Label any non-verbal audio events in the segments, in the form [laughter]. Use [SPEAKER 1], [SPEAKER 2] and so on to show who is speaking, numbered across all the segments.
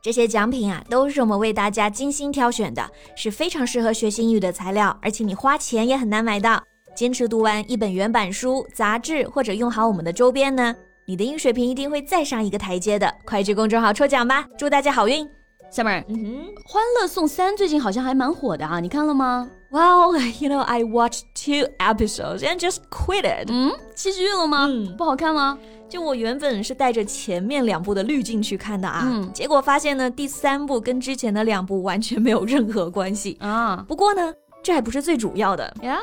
[SPEAKER 1] 这些奖品啊，都是我们为大家精心挑选的，是非常适合学习英语的材料，而且你花钱也很难买到。坚持读完一本原版书、杂志，或者用好我们的周边呢，你的英语水平一定会再上一个台阶的。快去公众号抽奖吧，祝大家好运！
[SPEAKER 2] Summer，
[SPEAKER 1] 嗯哼，
[SPEAKER 2] 欢乐颂三最近好像还蛮火的啊，你看了吗？
[SPEAKER 1] Well, you know, I watched two episodes and just quit it.
[SPEAKER 2] 嗯，弃剧了吗？
[SPEAKER 1] 嗯
[SPEAKER 2] 不好看吗？
[SPEAKER 1] 就我原本是带着前面两部的滤镜去看的啊，
[SPEAKER 2] 嗯
[SPEAKER 1] 结果发现呢，第三部跟之前的两部完全没有任何关系。
[SPEAKER 2] 啊
[SPEAKER 1] 不过呢，这还不是最主要的，
[SPEAKER 2] 呀，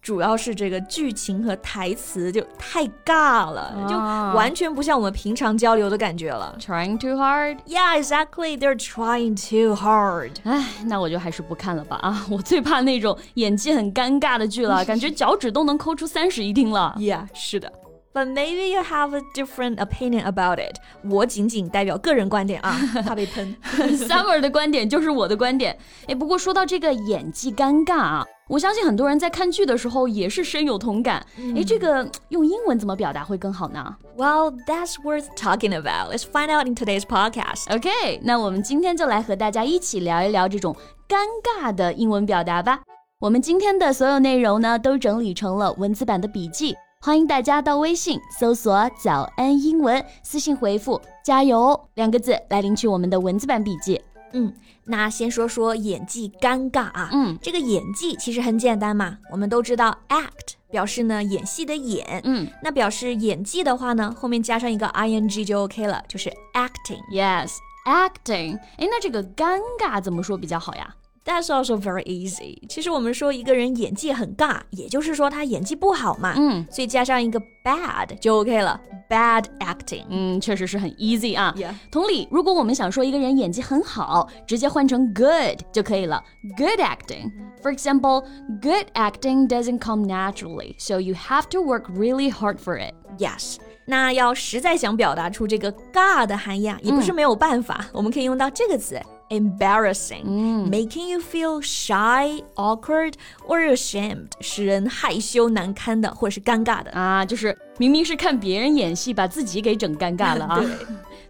[SPEAKER 1] 主要是这个剧情和台词就太尬了，就
[SPEAKER 2] 啊
[SPEAKER 1] 完全不像我们平常交流的感觉了。
[SPEAKER 2] trying too hard。
[SPEAKER 1] Yeah, exactly. They're trying too hard.
[SPEAKER 2] 唉，那我就还是不看了吧啊！我最怕那种演技很尴尬的剧了，感觉脚趾都能抠出三室一厅了。
[SPEAKER 1] Yeah，是的。But maybe you have a different opinion about it. 我仅仅代表个人观点
[SPEAKER 2] [laughs]
[SPEAKER 1] 啊，怕被喷。
[SPEAKER 2] Summer 的观点就是我的观点。哎，不过说到这个演技尴尬啊，我相信很多人在看剧的时候也是深有同感。哎、这个用英文怎么表达会更好呢
[SPEAKER 1] Well, that's worth talking about. Let's find out in today's podcast.
[SPEAKER 2] ？OK，那我们今天就来和大家一起聊一聊这种尴尬的英文表达吧。我们今天的所有内容呢，都整理成了文字版的笔记，欢迎大家到微信搜索“早安英文”，私信回复“加油哦”两个字来领取我们的文字版笔记。
[SPEAKER 1] 嗯，那先说说演技尴尬啊。
[SPEAKER 2] 嗯
[SPEAKER 1] 这个演技其实很简单嘛，我们都知道 act 表示呢演戏的演，
[SPEAKER 2] 嗯
[SPEAKER 1] 那表示演技的话呢，后面加上一个 ing 就 OK 了，就是 acting。
[SPEAKER 2] Yes, acting。哎，那这个尴尬怎么说比较好呀？
[SPEAKER 1] That's also very easy。其实我们说一个人演技很尬，也就是说他演技不好嘛，
[SPEAKER 2] 嗯
[SPEAKER 1] 所以加上一个 bad 就 OK 了，bad acting。
[SPEAKER 2] 嗯，确实是很 easy 啊。
[SPEAKER 1] Yeah.
[SPEAKER 2] 同理，如果我们想说一个人演技很好，直接换成 good 就可以了。Good acting. For example, good acting doesn't come naturally, so you have to work really hard for it.
[SPEAKER 1] Yes，那要实在想表达出这个尬的含义啊，也不是没有办法，我们可以用到这个词 embarrassing，、making you feel shy, awkward or ashamed，使人害羞难堪的或是尴尬的。
[SPEAKER 2] 啊，就是明明是看别人演戏，把自己给整尴尬了啊。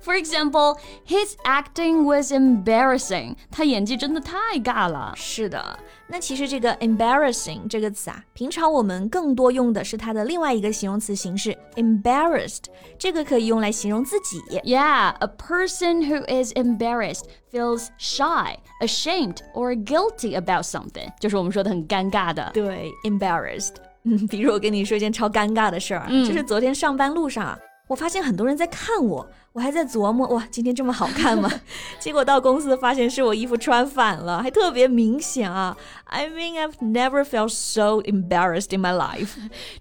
[SPEAKER 2] For example, his acting was embarrassing. 他演技真的太尬了。
[SPEAKER 1] 是的，那其实这个 embarrassing 这个词啊，平常我们更多用的是它的另外一个形容词形式 embarrassed，这个可以用来形容自己。
[SPEAKER 2] Yeah, a person who is embarrassed feels shy, ashamed, or guilty about something. 就是我们说的很尴尬的。
[SPEAKER 1] 对，embarrassed。嗯，比如我跟你说一件超尴尬的事儿啊，就是昨天上班路上啊，我发现很多人在看我，我还在琢磨哇，今天这么好看吗？ [laughs] 结果到公司发现是我衣服穿反了，还特别明显啊。I mean, I've never felt so embarrassed in my life。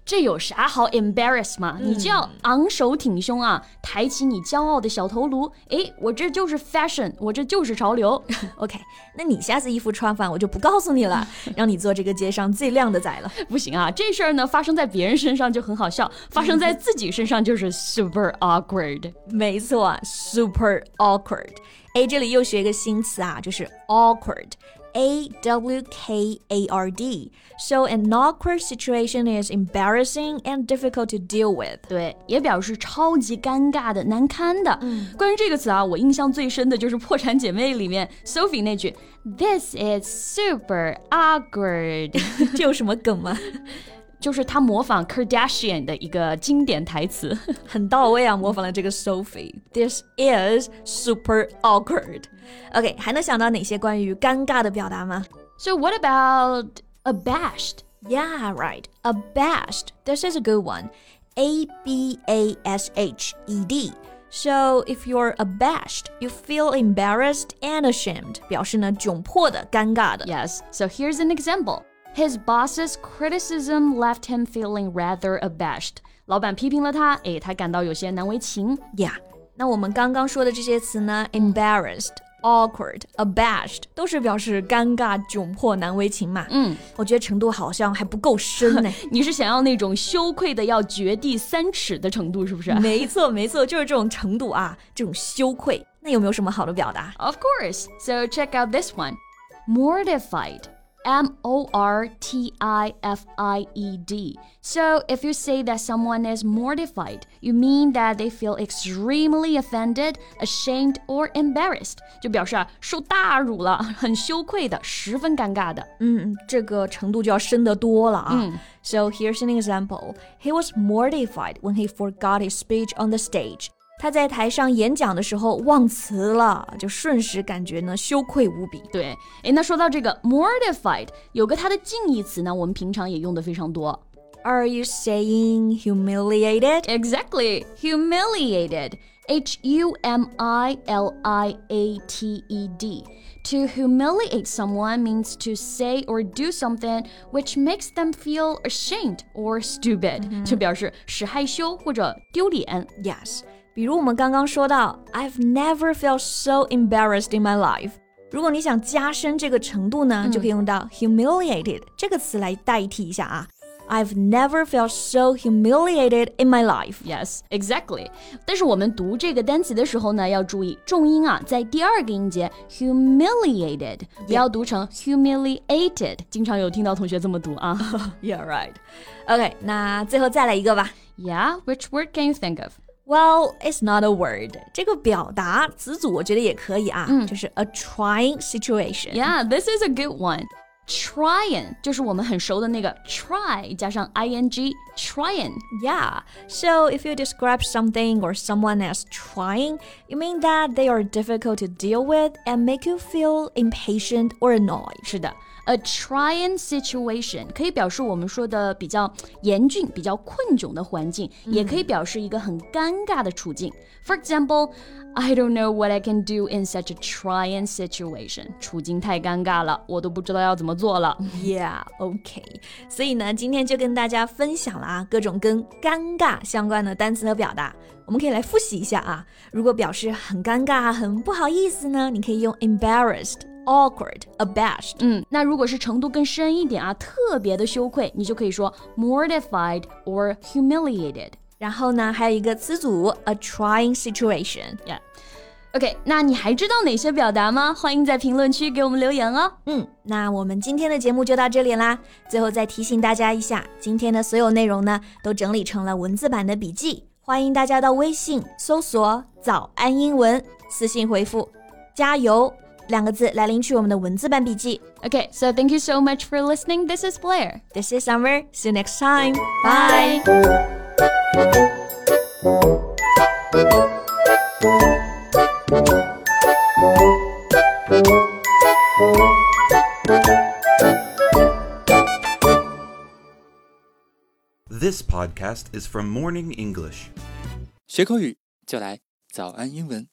[SPEAKER 2] 这有啥好 embarrass 嘛？你就要昂首挺胸啊，抬起你骄傲的小头颅。诶，我这就是 fashion，我这就是潮流。
[SPEAKER 1] OK，那你下次衣服穿反我就不告诉你了，让你做这个街上最靓的仔了。
[SPEAKER 2] 不行啊，这事儿呢发生在别人身上就很好笑，发生在自己身上就是 super awkward。
[SPEAKER 1] 没错，super awkward。哎，这里又学一个新词啊，就是 awkward。A W K A R D. So an awkward situation is embarrassing and difficult to deal with. [laughs]
[SPEAKER 2] 对，也表示超级尴尬的、难堪的。关于这个词啊，我印象最深的就是《破产姐妹》里面 Sophie 那句 “This is super awkward”， [laughs]
[SPEAKER 1] 这有什么梗吗？
[SPEAKER 2] 就是她模仿 Kardashian 的一个经典台词。 [laughs]
[SPEAKER 1] 很到位啊，模仿了这个 Sophie。This is super awkward. OK，还能想到哪些关于尴尬的表达吗？
[SPEAKER 2] So what about abashed？
[SPEAKER 1] Yeah, right. Abashed. This is a good one. A B A S H E D. So if you're abashed, you feel embarrassed and ashamed. 表示呢窘迫的、尴尬的。
[SPEAKER 2] Yes. So here's an example. His boss's criticism left him feeling rather abashed. 老板批评了他，诶，他感到有些难为情。
[SPEAKER 1] Yeah. 那我们刚刚说的这些词呢，embarrassed、 awkward、abashed 都是表示尴尬、窘迫、难为情嘛。
[SPEAKER 2] 嗯，
[SPEAKER 1] 我觉得程度好像还不够深呢。
[SPEAKER 2] [laughs] 你是想要那种羞愧的要掘地三尺的程度，是不是
[SPEAKER 1] 没错，没错，就是这种程度啊，这种羞愧。那有没有什么好的表达？
[SPEAKER 2] ？Of course. So check out this one. Mortified. M O R T I F I E D. So if you say that someone is mortified, you mean that they feel extremely offended, ashamed, or embarrassed. 就表示啊，受大辱了， [laughs] 很羞愧的，十分尴尬的。
[SPEAKER 1] 嗯，这个程度就要深得多了啊。So here's an example. He was mortified when he forgot his speech on the stage. 他在台上演讲的时候忘词了，就瞬时感觉呢羞愧无比。
[SPEAKER 2] 对，诶，那说到这个 mortified，有个它的近义词呢，我们平常也用的非常多。
[SPEAKER 1] Are you saying humiliated?
[SPEAKER 2] Exactly. Humiliated. H U M I L I A T E D. To humiliate someone means to say or do something which makes them feel ashamed or stupid. 就表示使害羞或者丢脸。
[SPEAKER 1] Yes，比如我们刚刚说到，I've never felt so embarrassed in my life。如果你想加深这个程度呢，就可以用到 humiliated 这个词来代替一下啊。I've never felt so humiliated in my life。
[SPEAKER 2] Yes, exactly. 但是我们读这个单词的时候呢，要注意重音啊，在第二个音节 humiliated，不要读成 humiliated。经常有听到同学这么读啊。
[SPEAKER 1] Yeah, right. OK，那最后再来一个吧。
[SPEAKER 2] yeah, which word can you think of?
[SPEAKER 1] Well, it's not a word. 这个表达词组我觉得也可以啊，就是 a trying situation.
[SPEAKER 2] Yeah, this is a good one. Trying 就是我们很熟的那个 try 加上 ing trying。
[SPEAKER 1] Yeah. So if you describe something or someone as trying, you mean that they are difficult to deal with and make you feel impatient or annoyed.
[SPEAKER 2] 是的，a trying situation 可以表示我们说的比较严峻、比较困窘的环境，也可以表示一个很尴尬的处境。For example, I don't know what I can do in such a trying situation。处境太尴尬了，我都不知道要怎么做了。
[SPEAKER 1] Yeah, OK. 所以呢，今天就跟大家分享了啊各种跟尴尬相关的单词和表达。我们可以来复习一下啊。如果表示很尴尬、很不好意思呢，你可以用 embarrassed, awkward, abashed.
[SPEAKER 2] 嗯，那如果是程度更深一点啊，特别的羞愧，你就可以说 mortified or humiliated。
[SPEAKER 1] 然后呢，还有一个词组 a trying situation。
[SPEAKER 2] Yeah. OK，那你还知道哪些表达吗？欢迎在评论区给我们留言哦。
[SPEAKER 1] 嗯，那我们今天的节目就到这里啦。最后再提醒大家一下，今天的所有内容呢，都整理成了文字版的笔记，欢迎大家到微信搜索“早安英文”，私信回复“加油”两个字来领取我们的文字版笔记。
[SPEAKER 2] Okay, so thank you so much for listening. This is Blair.
[SPEAKER 1] This is summer. See you next time. Bye.
[SPEAKER 3] This podcast is from Morning English.
[SPEAKER 4] 学口语就来早安英文。